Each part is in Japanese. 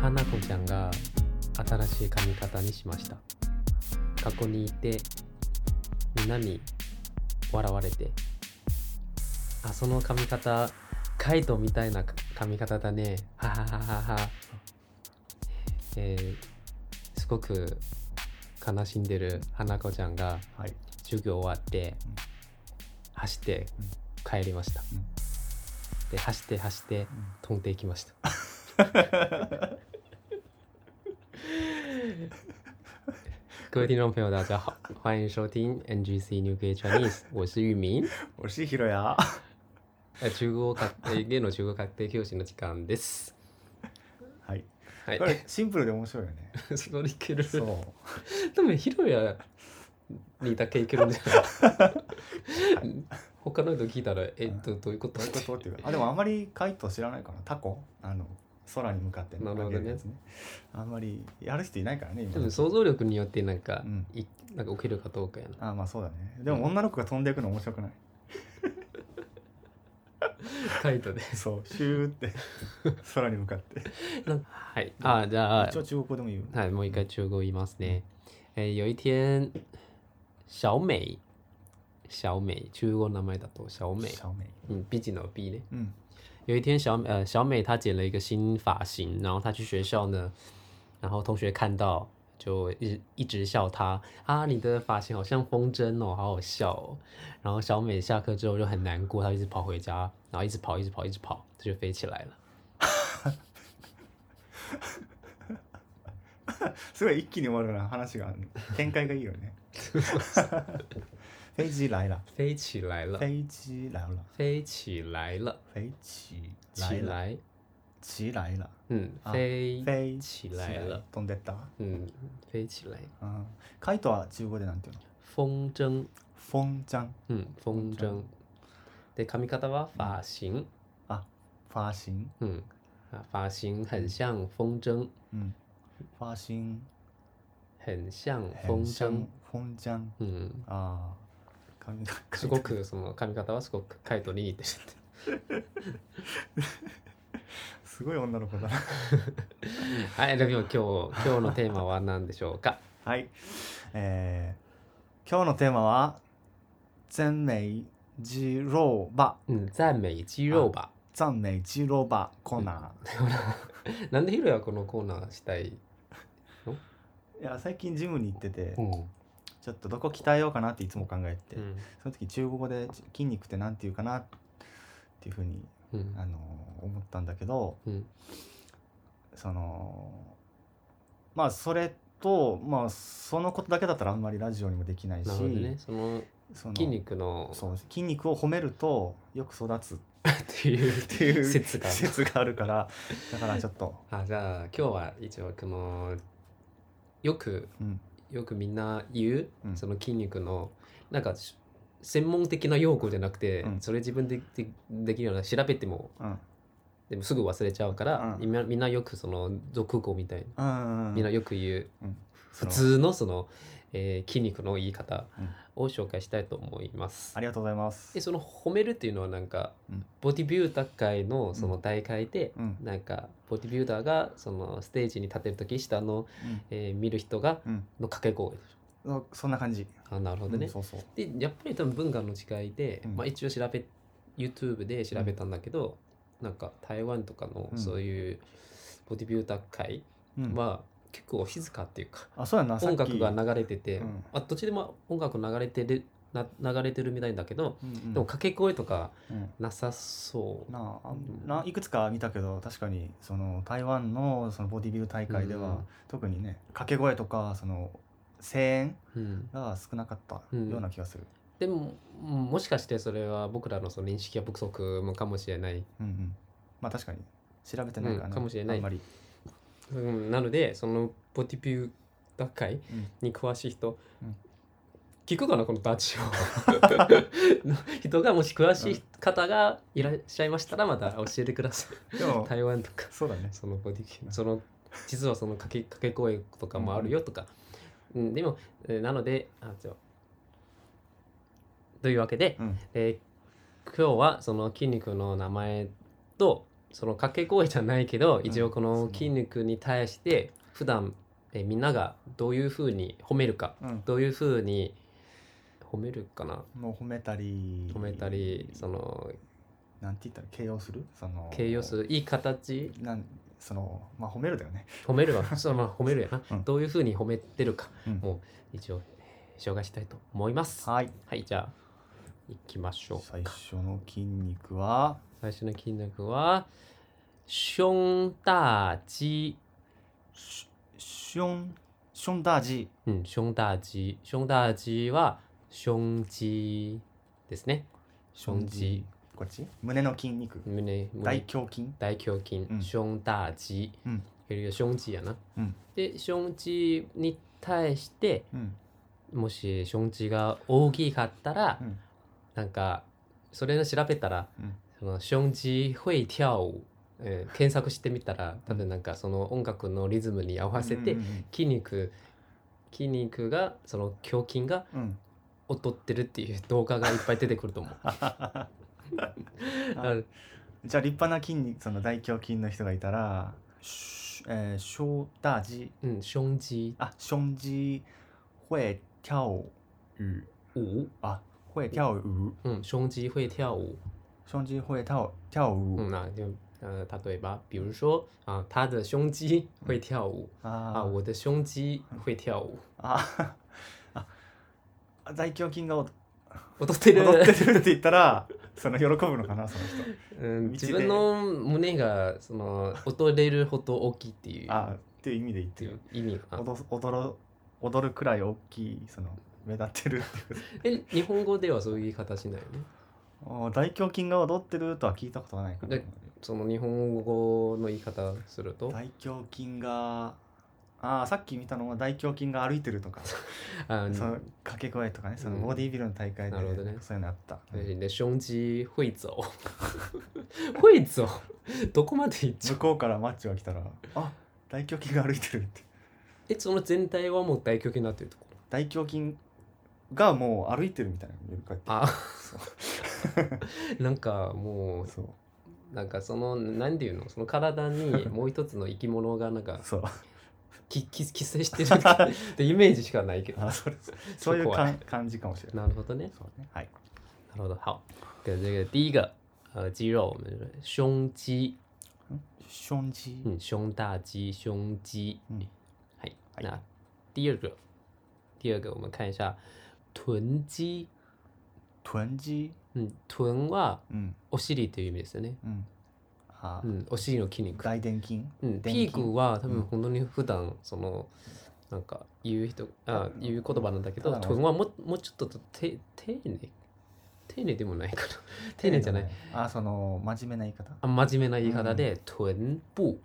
花子ちゃんが新しい髪型にしました過去にいて皆に笑われてあその髪型カイトみたいな髪型だねはははははえーすごく悲しんでる花子ちゃんがはい。授業終わってうん走ってうん帰りました、うんで走って走って飛んでいきました各位听众朋友，大家好，欢迎收听 NGC New Gay Chinese，我是玉明。おしひろや。え中国語家庭芸の中国語家庭教師の時間です。はい。はいこ。れシンプルで面白いよ ね。それいける。そう。多分ヒロヤにだけいけるんじゃ ない。他の人聞いたらえっとどういうことどういうことっていうか。あでもあんまりカイト知らないかな。タコあの空に向かってなるほどね投げやつあんまりやる人いないからね今。多分想像力によってなんか、うんいなんか起きるかどうかやな。あまあそうだね。でも女の子が飛んでいくの面白くない。 カイト で。そう。シューって 空に向かって。なんかはい。あじゃあ一応中国語でも言う。はい、もう一回中国言いますね。えー有一天，小美，小美，中国名前だと小美，小美。嗯，毕竟呢，毕呢。うん。有一天小，呃小美她剪了一个新发型，然后她去学校呢，然后同学看到就一直一直笑她啊，你的发型好像风筝哦，好好笑哦。然后小美下课之后就很难过，她一直跑回家，然后一直跑，一直跑，一直跑，她就飞起来了。すごい一気に終わるな話が展開がいいよ ね。飞机来了，飞起来了，飞机来了，飞起来了，飞机起来了。来，起来了，嗯，啊飞飞起来了，，飛んでった。嗯，飞起来，うん。カイトは中国でなんていうの？风筝，風筝、嗯，风筝风筝。对，卡米卡达瓦发型，ファーシン、嗯，啊，发型很像风筝，うん。ファーシン、很像変风身筝，、風筝。嗯，ああ、髪がすごくその髪型はすごくカイトに似てるって。 すごい女の子だな。 はい、でも今日今日のテーマは何でしょうか。はい。えー、今日のテーマは全美ジローバ、うん、赞美肌肉吧。全美ジローバコーナなんでヒロヤこのコーナーしたい。ー。いや最近ジムに行ってて、ん。ちょっとどこ鍛えようかなっていつも考えてう。ん。その時中国語でち筋肉ってなんていうかなっていうふうに、うん。あの思ったんだけどうん。そのまあそれとまあそのことだけだったらあんまりラジオにもできないしなるほどね。そのその筋肉のそう筋肉を褒めるとよく育つっ っていうてい う説がある説があるからだからちょっと、あじゃあ今日は一応このよくうん、よくみんな言う、うんその筋肉のなんかし専門的な用語じゃなくて、うんそれ自分ででできるような調べてもうんでもすぐ忘れちゃうから、うんみんなみんなよくその俗語みたいな、うんみんなよく言う普その通のその、えー筋肉の言い方うんを紹介したいと思います。ありがとうございますでその褒めるっていうのはなんか、うんボディビューター界のその大会で、うんなんかボディビューターがそのステージに立てる時下の、えー見る人がうん、の掛け声うんそそんな感じ、あなるほどねうん、、そうそうでやっぱり多分文化の違いで、うんまあ、一応調べ YouTube で調べたんだけど、なんか台湾とかのうんそういうボディビューター界うんは結構静かっていうか、あそうやんなさっ音き楽が流れてて、うんあどっちでも音楽流れてるな流れてるみたいだけど、うんうんでも掛け声とかうんなさそう。なあうんないくつか見たけど確かにその台湾のそのボディビル大会では、うん特にね掛け声とかその声援うん、が少なかったようんうな気がする。でもうんもしかしてそれは僕らのその認識や不足もかもしれないうんうん、まあ確かに調べてないから、うねんかもしれないあん まり、うん、なのでそのボディビューター界うんに詳しい人、うん聞くかなこのダチを 人がもし詳しい方がいらっしゃいましたらまた教えてくださいでも台湾とかそうだね。そのボディビうューんその実はその掛け掛け声とかもあるよとか、うん、でもえーなのであじゃあというわけで、うんえー今日はその筋肉の名前とその掛け声じゃないけど一応こそのの筋肉に対して普段えみんながどういうふうに褒めるかうん、どういうふうに褒めるかなもう褒めたり褒めたりそのなんて言ったら形容するその形容するいい形なんそのまあ褒めるだよね、褒め るわそのまあ褒めるやな、うんどういうふうに褒めてるかうんもう一応紹介したいと思いますはいはいじゃあ行きましょう最初の筋肉は最初の筋肉は胸大肌シションションダージうん胸大肌胸大肌は胸肌ですねションジこっち胸の筋肉胸大胸胸筋大胸筋、うん胸大肌、うんいわゆる胸肌やな、うんで胸肌に対してうんもし胸肌が大きかったら、うんなんかそれの調べたら、うんその胸肌会跳舞、えー検索してみたら多分なんかその音楽のリズムに合わせてうんうん筋肉筋肉がその胸筋がうんうん劣ってるっていう動画がいっぱい出てくると思う。 あじゃあ立派な筋肉その大胸筋の人がいたらシュえー、ションダージうん、胸肌あションジ会跳舞舞，あ会跳舞嗯，胸肌会跳舞。ションジ会跳跳舞、嗯，那就呃，他对吧？比如说啊，他的胸肌会跳舞啊，あ我的胸肌会跳舞。あああ大胸筋が踊踊ってる。ってるって言ったらその喜ぶのかなその人うん、道で自分の胸がその踊れるほど大きいっていうあっていう意味で言っってているう意味かな。踊踊る踊るくらい大きいその目立ってるって いうえ、日本語ではそういう形なよね。あー大胸筋が踊ってるとは聞いたことがないかなでその日本語の言い方すると、 大胸筋があーさっき見たのは大胸筋が歩いてるとかあそのの、掛け声とかねそのうんボディービルの大会で、なるほどねそういうのあった、你的胸肌会走， 会走，どこまで行っちゃ向う？こうからマッチが来たらあ大胸筋が歩いてるってえ、その全体はもう大胸筋になってるところ。大胸筋がもう歩いてるみたいなこうやって あ。そうなんかもそううなんかそのなんていうのその体にもう一つの生き物がなんかそう きき寄生してるってイメージしかないけどあそれそういう怖かいん感じかもしれなないるほどねそうねはいなるほど好で这个第一个呃肌肉我们说胸肌ションジ嗯胸大肌胸肌嗯はいはい那第二个第二个我们看一下臀肌トゥンジ嗯臀はうんお尻という意味ですよねうんあうーんお尻の筋肉外殿筋うん、電ピー気クは多うん分本当に普段その、なんか言う人あうん言う言葉なんだけどただのトンはもうもうちょっとて丁寧丁寧でもないかな丁寧じゃないあその真面目な言い方あ真面目な言い方で、トン部、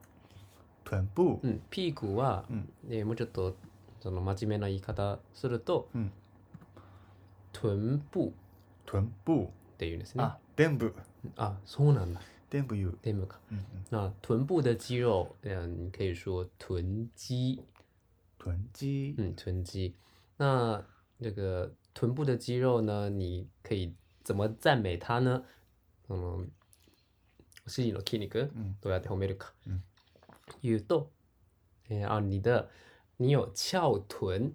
トゥンブーうん、ピークは、うんえーもうちょっとその真面目な言い方すると、うんトン部っトゥンブーていうんですねああ臀部そうなんだ臀部言うでもかうんうん那臀部的肌肉嗯可以说臀肌トゥンジ嗯，臀肌。那这个臀部的肌肉呢，你可以怎么赞美它呢？嗯，お尻の筋肉うんどうやって褒めるかうん。言うと、えーあ、你的你有翘臀，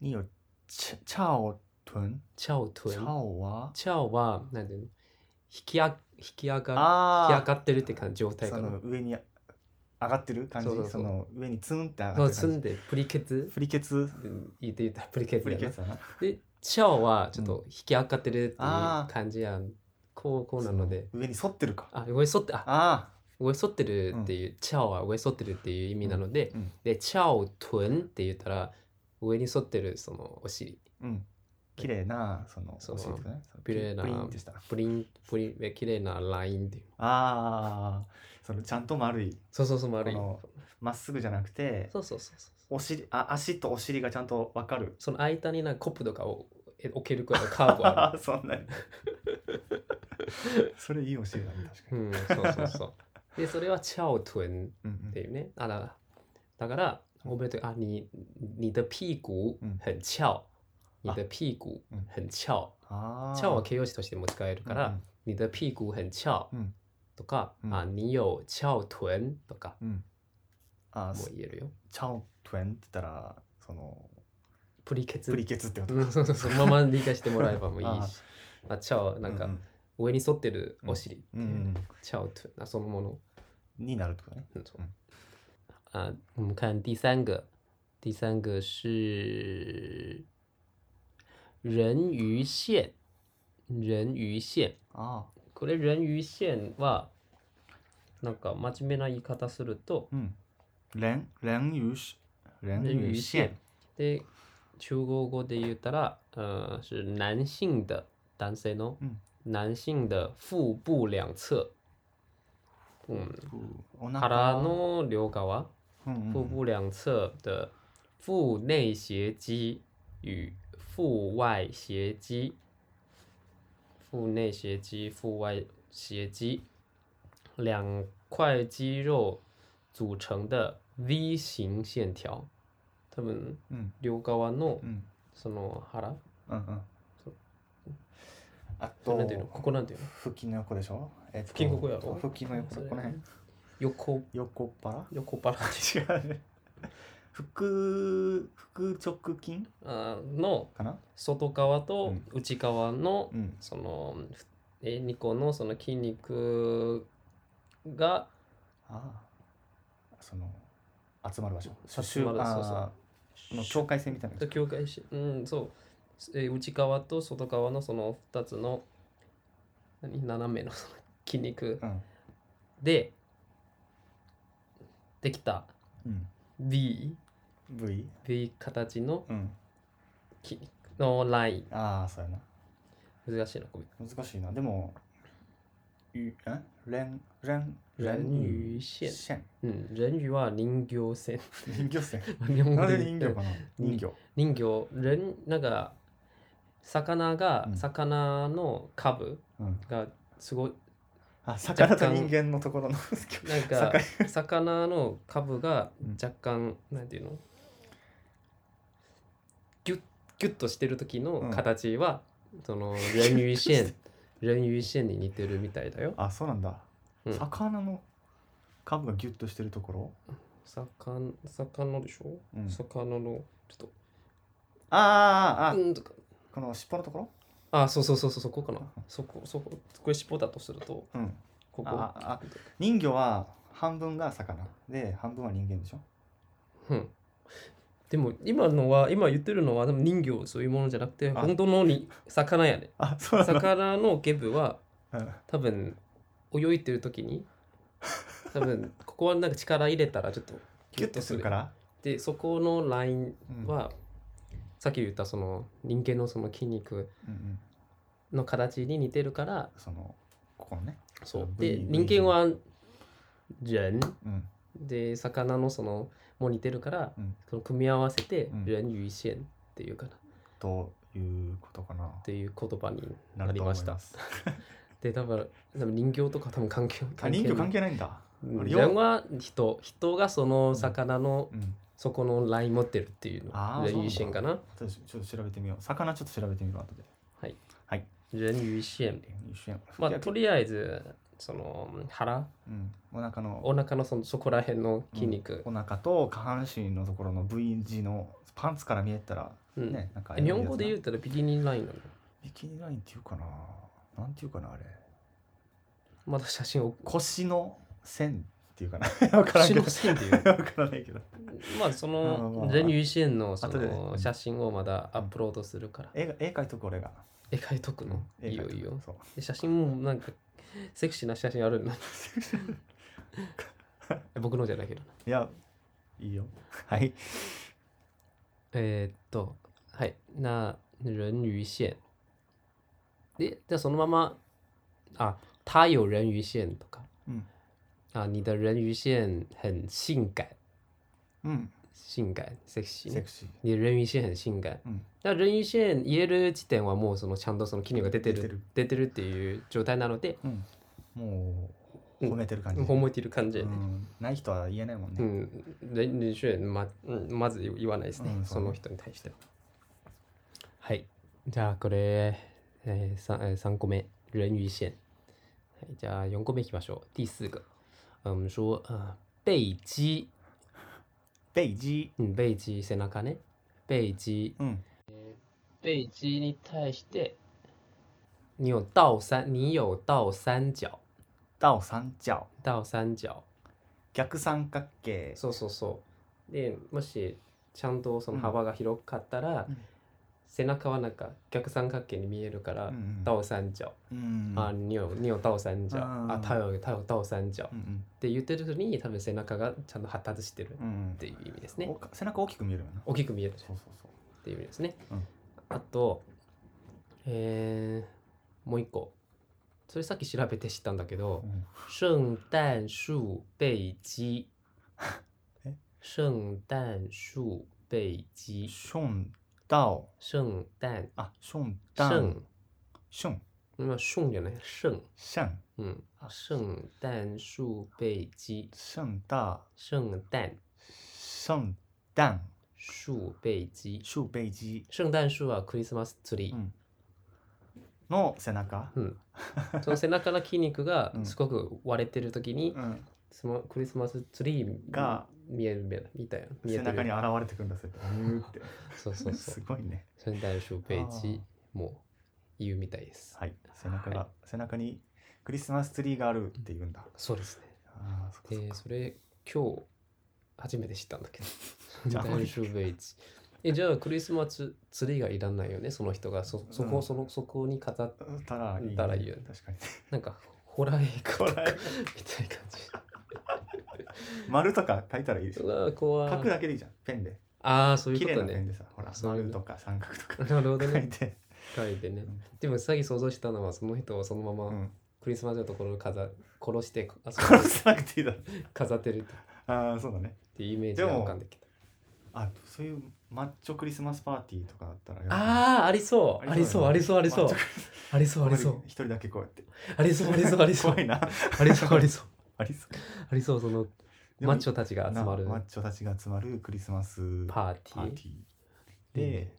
によチャチャオトゥン翘チ臀ャ、オは翘はなんていうの引きあ引き上が引き上あがってるって感じ状あ態そかなの。上に上がってる感じそうそうそうその上にツンって上そがう、ってる住感んでプリケツじ、プリケツうん言って言ったらプリケツプリやケな。ツだなで、チャオはちょっと引き上がってるっていうあー感じやん。こうこうなので。上に沿ってるかあ、上沿って、あ、あ上沿ってるっていう、チャオは上沿ってるっていう意味なので、うんうんで、チャオトゥンって言ったら、上に沿ってるそのお尻。あうん綺麗なそのそうお尻とかねその綺麗なプリンってしたプリン、プリン、え綺麗なラインっていう。ああそのちゃんと丸いそうそうそう、丸いこ。のまっすぐじゃなくてそうそうそうそう。お尻あ足とお尻がちゃんと分かるその間になんかコップとかをえ置けるくらいのカーブああ そんなにそれいい教えだね確かる。に、うん、そうそうそう。で、それはチャオトゥンうんうんっていうね。あら、だから、うん我们对啊，你你的屁股うん很翘，你あ的屁股うん很翘。あー翘は形容詞としても使えるから、你的屁股很翘うん。とか、うんあ你有翘臀とかうん。あもー、言えるよ。チャオトゥエンって言ったら、その、プリケツ。プリケツってことうんそうそうそのまま理解してもらえばもいいあし。あ、チャオ、なんか、上に沿ってるお尻ってういん、う、うんチャオトゥン、あそのもの。うん、になるってことね。嗯错嗯。啊，我们看第三个，第三个是人鱼线。人鱼線。ああ、これ人魚線はなんか真面目な言い方すると、うん。連、連遊し、連人遊魚線線。で中国語で言ったら、呃，是男性的男性のうん男性的腹部两侧，嗯，お腹の両側。うんうんうん腹部两侧的腹内斜肌与腹外斜肌，腹内斜肌、腹外斜肌两块肌肉组成的 V 型线条。多分うん両側のうんその腹、うんうんそうあなんていうのとここなんていうの腹筋の横でしょえっと腹筋ここやろ腹筋の横そこれの辺横横っ腹 横腹違うね腹腹直筋あのかな外側うとん内側の、うんそのえ2個のその筋肉がああその集まる場所集まるそうそうああの境界線みたいなやつ境界し、うん、そう、えー内側と外側のその2つの何斜めのその筋肉うんでできたうん、 V, V? V 形のうん筋肉のラインああそうやな難しいなこれ難しいなでもゆえ連連連遊線線うん、人魚は人形線人形線 日本な語んでで言人って魚かな人人魚形人なんか魚が、うん魚の下部うんがす ごいあ魚と若干人間のところのなんか魚の下部がうん若干、なんていうのギュッギュッとしてる時の形は、その人魚 線人魚線に似てるみたいだよあそうなんだ、うん魚の下部がギュッとしてるところ魚魚でしょ、うん魚のちょっあとーあーあうんとかーこの尻尾のところあそうそうそうそうそこかなそこそここれ尻尾だとするとうんここああ人魚は半分が魚で半分は人間でしょうんでも今のは今言ってるのはでも人形そういうものじゃなくてあ本当のに魚やねあそうなんだ魚のゲブはうん多分泳いでる時に多分ここはなんか力入れたらちょっとギュッとするから、でそこのラインうん、は、さっき言ったその人間のその筋肉うんうんの形に似てるからそのここのねそうあで V- V 人間は人うんで魚のそのも似てるから、うんその組み合わせてうん人魚線っていうかなということかなっていう言葉にななるりと思まいしたす。で、多分多分人形とか多分関係あ人魚関係ないんだ。うん俺人よは人、人がその魚のうん、そこのライン持ってるっていうの。あー人魚線かなちょっとちょっと調べてみよう。魚ちょっと調べてみる後で。人魚線。一瞬。まあ、じゃとりあえず、その腹、うん、お腹のお腹のそのそこら辺の筋肉。お腹と下半身のところの V 字のパンツから見えたらうんね、なんかえ日本語で言ううたらビキニラインなの。ビキニラインっていうかななんていうかなあれまだ写真を。腰の線っていうかな わから腰んけどの線って いう。わからないけどまあ、そのあー人魚線のそ後でうのん写真をまだアップロードするから。絵が絵描いとく俺が絵描いとくの。うん絵いい描よとくいいよ。そうで写真もなんかセクシーな 写真あるんだ僕のじゃないけどいやいいよ はいえー、っとはいな人魚線でじゃあそのままあ他有人魚線とかうんあ你的人魚線很性感うん性感セクシーセねクシー你的人魚線很性感うんだから人魚線言える時点はもうそのちゃんとその機能が出てる出てる出てるっていう状態なのでうんもううん褒めてる感じ、褒めてる感じ、うんない人は言えないもんうね、ん、練練習まうんまず言わないですね、うんそそうねの人に対しては。はい、じゃあこれ、えー、さえー3個目、人魚線。はいじゃあ4個目いきましょう。第四个，嗯，我们说呃背肌，ベイジ嗯，背肌背中ね。背肌ー。うん。背肌に対して、你有倒三，你有倒三角，ダオ三角。倒三角。逆三角形。そうそうそう。で、もしちゃんとその幅が広かったら、うん背中はなんか逆三角形に見えるから、ん倒三角。うん。あ、你有你有倒三角。うんあ、他有他有倒三角。うんって言ってる時に多分背中がちゃんと発達してるっうん。うんていう意味ですおね。背中大きく見えるよな。大きく見えるそうそうそう。っていう意味ですね。うんあと、えー、もう一個。それさっき調べて知ったんだけど、うん圣诞树背肌 え。圣诞树背肌。ション、ダオ。圣诞あ、ション、ダン。圣，ション、那圣じゃない圣，シャン、嗯，圣诞树背肌。シャン、ダ、圣诞ション、ダン、树背肌。シュウベイジ圣诞树はクリスマスツリー。ーう。ん。の背中。その背中の筋肉が うんすごく割れてる時に、うん。そのクリスマスツリーが見えるみたいな見たいな見え背て中にる現れてくるんだぜ。って。そうそうそすうごいね。それ大丈夫ページもう言うみたいです、はい。背中はが、背中にクリスマスツリーがあるって言うんだ。そうですねああ、そっかでそっか。それ今日初めて知ったんだけど じゃあ大丈夫ページえじゃあクリスマスツリーがいらないよねその人がそそこ、うんそのそこに飾っったらいいね、たらいいよね確かに。なんかホラー映画とかみホラたーい映な感丸とか書いたらいいでしじょう。わー怖い書くだけでいいじゃん、ペンで。ああそういう綺こ麗となペンねでさ、ほら、そういう丸とか三角とかなるほど書ねいて。書いてねうんでも詐欺想像したのはその人をそのまうまん。 クリスマスのところを飾殺してあそこに殺さなくていいだろ。飾ってるっああ、そうだね。ていうイメージがでも浮かんできたあ、そういうマッチョクリスマスパーティーとかだったらやる。ああありそうありそうありそうありそうマッチョありそうありそこうこに一人だけこうやって。ありそうありそうありそう怖いな。ありそうありそうありそう。ありそうそのでマもッチョたちが集まるなマッチョたちが集まるクリスマスパーパーテティーィー。いいでね、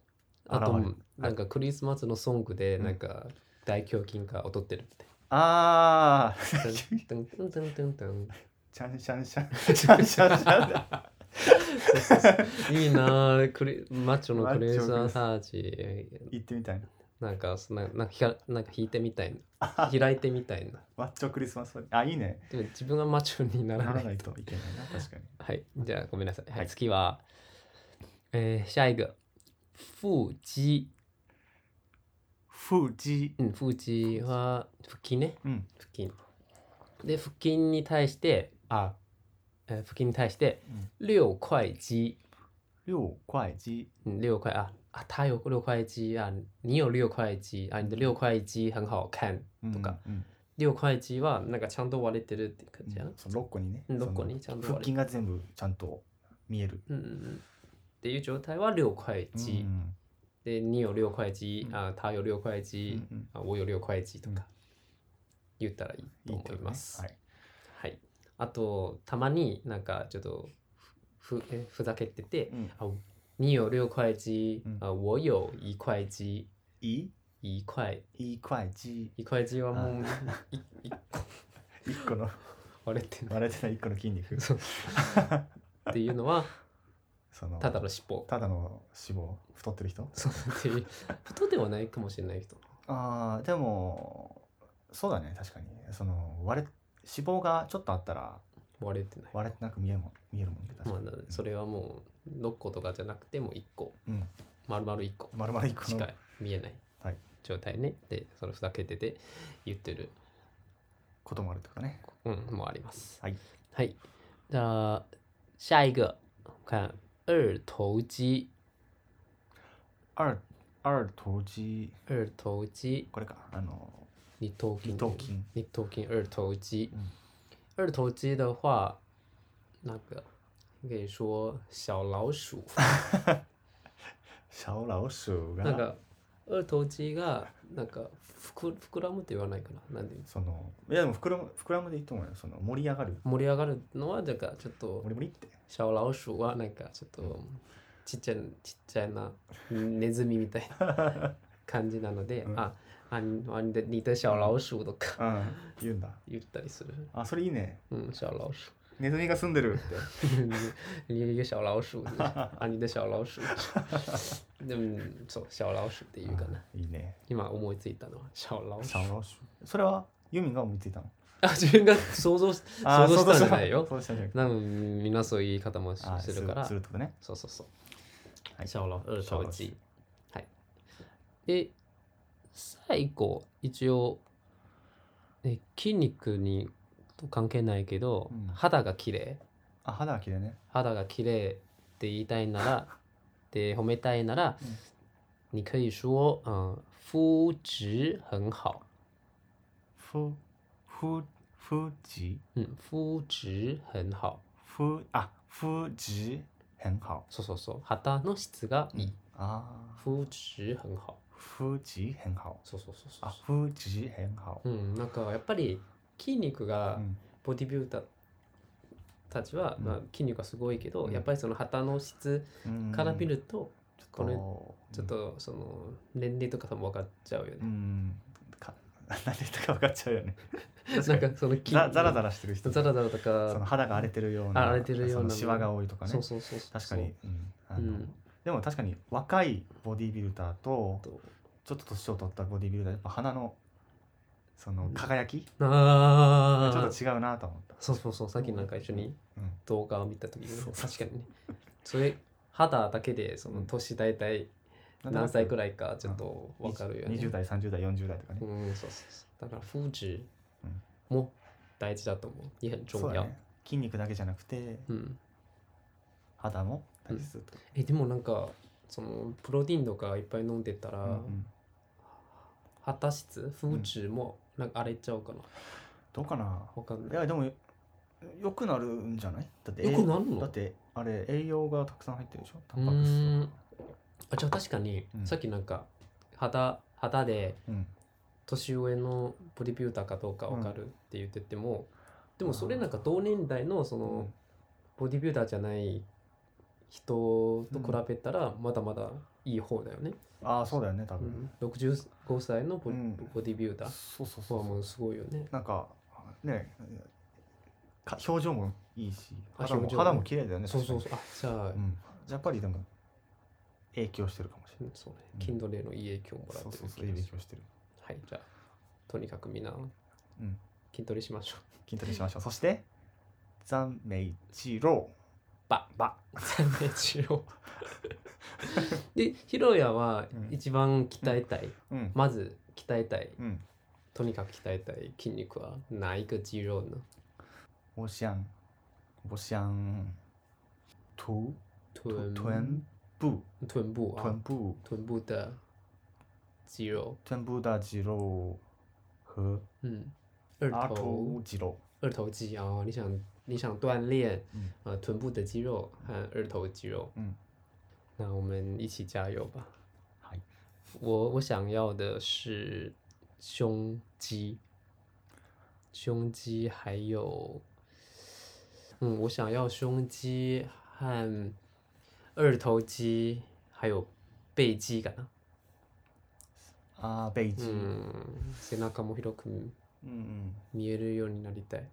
あと現れるなんかクリスマスのソングでうんなんか大胸筋が踊ってるってああ、トゥントゥントゥントゥントゥン シャンシャンシャン。シャンシャンシャンだ。そうそうそういいなークリマッチョのクリスマスパーティー行ってみたいな。なんかそんななんかひかなんか弾いてみたいな開いてみたいなマッチョクリスマスパーティー。あ、いいね。でも自分がマッチョにならなならいないといけないな、確かに。はいじゃあごめんなさい、はいはい次はえー、下一个腹肌富士。うん腹肌は腹筋ねうん。腹筋で腹筋に対してあ、えー腹筋に対して六塊肌六块肌。嗯六块啊啊他有六块肌啊你有六块肌あ你的六块肌很好看とかうん。六块肌はなんかちゃんと割れてるって感じやなうんその六個にね。うん六個にちゃんとその腹筋が全部ちゃんと見える。うんうんうんっていう状態は六块肌、うんで你有六块肌、うんあ他有六块肌、うんうんあ我有六块肌とうんか言ったらいいといい思とい思いまます。す。はい。はい、あとたまになんかちょっとふふえふざけてて、うんあ你有六块肌、うんあ我有一块肌、い一块い块肌。一块肌はもういい一個の 割れてない割れてない一個の筋肉。そうっていうの はそのただの尻尾。ただの脂肪太ってる人。そうっていうことではないかもしれない人。ああでもそうだね確かにその割れ脂肪がちょっとあったら割れてない。割れてなく見えるもん見えるもんね。確まかあに、なそれはもう6個とかじゃなくても1個うん。丸々1個丸々一個しのか。見えないはい状態ね、でそのふざけてて言ってることもあるとかね。うんもありますはい。はいじゃあ下一个看二頭肌二二頭肌二頭肌これかあの二頭筋二頭筋二頭筋二頭肌うん二头肌的话那个可以说小老鼠シャオラオシュなんがか二頭肌がなんかふく膨らむって言わないかななんでそのいやでも膨らむ膨らむでいいと思うよその盛り上がる盛り上がるのはだからちょっと盛り盛りって小老鼠はなんかちょっとちっちゃいちっちゃいなネズミみたいな感じなので、うんああんあんで你的小老鼠とうかん、言うんだ。言ったりする。あ、それいいね。うん、小老鼠。ネズミが住んでるって。你你有一个小老鼠，あ、你的小老鼠。でも、そう、小老鼠って言うかな。あいいね。今思いついたのは、小老シ鼠。ャオロシュそれはユミが思いついたの。あ、自分が想像しあ想像したんじゃないよ。想像したんじゃない多分、みんなそういう言い方もしあしてるから。するするってことね。そうそうそう。はい小老二小小老鼠鸡。はい。で、最後、一応、え筋肉にと関係ないけど、うん肌が綺麗あ、肌は綺麗ね。肌が綺麗って言いたいな ら、で褒めたいなら、うん你可以说、うん、肤质很好。ふ、ふ、ふじ、うん、膚質很好。ふ、あ、ふじ、很好。そうそうそう。肌の質がいい。あー、膚質很好。ふじ、很好。そうそうそうそうあ、。ふじ、很好。うん、なんかやっぱり筋肉が、うんボディビューターたちは、うんまあ、筋肉はすごいけど、うんやっぱりその旗の質うんから見ると、これちょっ、うんとその年齢とかさも分かっちゃうようね。ん、か 何で言ったか分かっちゃうよね。 なんかその筋ザザラザラしてる人。ザラザラとそのか、肌が荒れてるような。あ荒れてるようなそのシワが多いとかね。そうそうそうそう。確かに。うんあうのん。でも確かに若いボディビルダーとあとちょっと年を取ったボディビルダーやっぱ鼻のそのうん輝きがあちょっあと違うなと思った。そうそうそう、さっきなんか一緒にうん動画を見た時に、そう確かにね。それ肌だけでそうのん年大体何歳くいらいかちょっと分かるよね。 20代30代40代とかね。うん、そうそうそう。だから、膚質うんも大事だと思う。也很重そうだ要。ね。筋肉だけじゃなくてうん。肌も大切と。え、でもなんか、そのプロテインとかいっぱい飲んでたうんうら、ん肌質、膚質もなんか荒れちゃうかな。どうかなわかんいない。やでも良くなるんじゃないだって栄よくなるだっのてあれ栄養がたくさん入ってるでしょタうンパクー質ん。あ、じゃあ確かにう、んさっきなんか、肌、肌でうん年上のボディビューターかどうかわかるって言ってても、でもそれなんか同年代のその、ボディビューターじゃない人と比べたらまだまだいい方だよね。ああそうだよね多分うん65歳のボ,、うんボディビューターそうそうそうはそうもうすごいよね。なんかねか表情もいいしあ肌も表情肌も綺麗だよねそうそう確そう。あじゃあ、かにうんやっぱりでも影響してるかもしれうんそうねう。ん筋トレのいい影響をもならいっそうてるそ気がすうそうる影響してるはい、じゃあとにかくみんなうん筋トレしましょう。筋トレしましょうそして残名一郎ばばダメージをで、ヒロヤはうん一番鍛えたい、うんまず鍛えたい。うんとにかく鍛えたい筋肉は哪一个肌肉呢？我想我想图臀臀部臀部啊。臀部臀部的肌肉，臀部的肌肉和嗯，二二头头肌肉二头肌啊、你想你想锻炼，嗯呃，臀部的肌肉和二头肌肉，嗯，那我们一起加油吧。嗨我我想要的是胸肌，胸肌还有，嗯，我想要胸肌和二头肌，还有背肌感。啊背う肌ん、背中も広く嗯見えるようになりたい。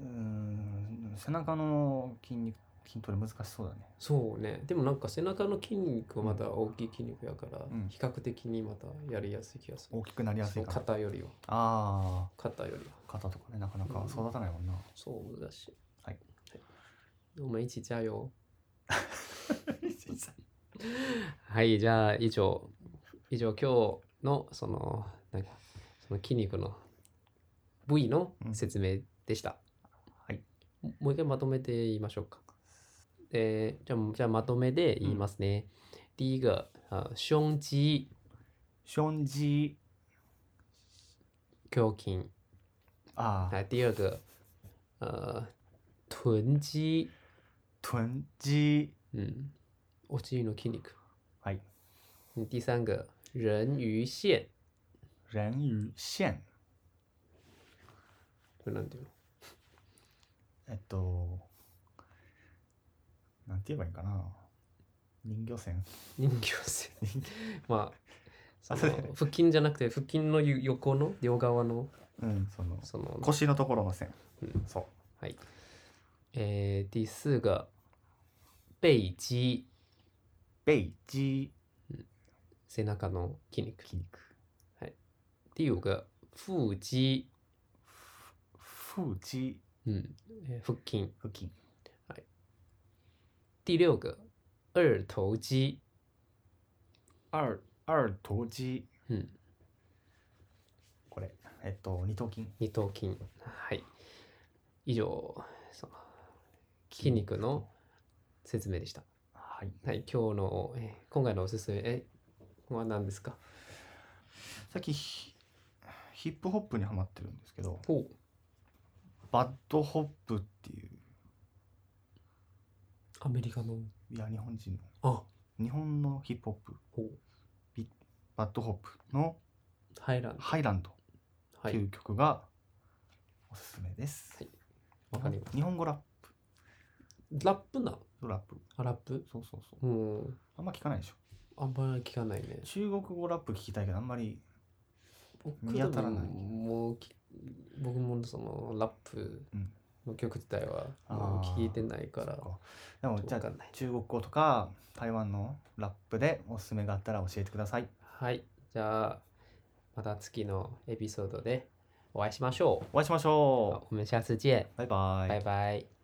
うんうん背中の筋肉筋トレ難しそうだねそうね。でもなんか背中の筋肉はまだ大きい筋肉やから、うん比較的にまたやりやすい気がする。大きくなりやすそいのから肩よりは。あ肩よりは。あ肩とかねなかなか育たないもんな、そうだし。はいはい。我们一起加油。はい、じゃあ以上。以上、今日のその、なんか、その筋肉の部位の説明でした。はいももう一回まとめて言いましょうか。えー、じゃあじゃあまとめで言いますね。第一个、呃、胸肌、胸肌胸筋。啊来，第二个，呃，臀肌，臀肌嗯，我记得 k i n i はい嗯，第三个，人鱼线，人鱼線これなんていうのえっとなんて言えばいいんかな人魚線 人魚線。まあ、そのそれ腹筋じゃなくて腹筋のゆ横の両側のうん、そのその、腰のところの線。うんそう。はい。えー、第四个背肌ベイジ背中の筋肉ー。筋肉。第五个腹肌腹筋嗯、えー腹筋付近。第六个二頭肌二二頭肌。うんこれ、えっと、二頭筋。二頭筋はい以上その筋肉の。説明でしたはい。はい今日の、えー今回のおすすめえは何ですかさっきヒヒップホップにはまってるんですけど、ほうバッドホップっていう、アメリカのいや、日本人あの、日本のヒップホップ、ほうバッドホップのハイランドハイランドはっていいう曲がおすすめです。はいわかります日本語ラッラップなプ、ラップ。あラップそうそうそう。もうあんま聞かないでしょ。あんまり聞かないね中国語ラップ聞きたいけど、あんまり、僕見当たらないでももうき僕もそのラップうんの曲自体はあーもう聞いてないから、そっかでも、じゃわかんなあい、中国語とか台湾のラップでおすすめがあったら教えてください。はいじゃあまた次のエピソードでお会いしましょうお会いしましょ好我们下次见う。バイバイ。拜拜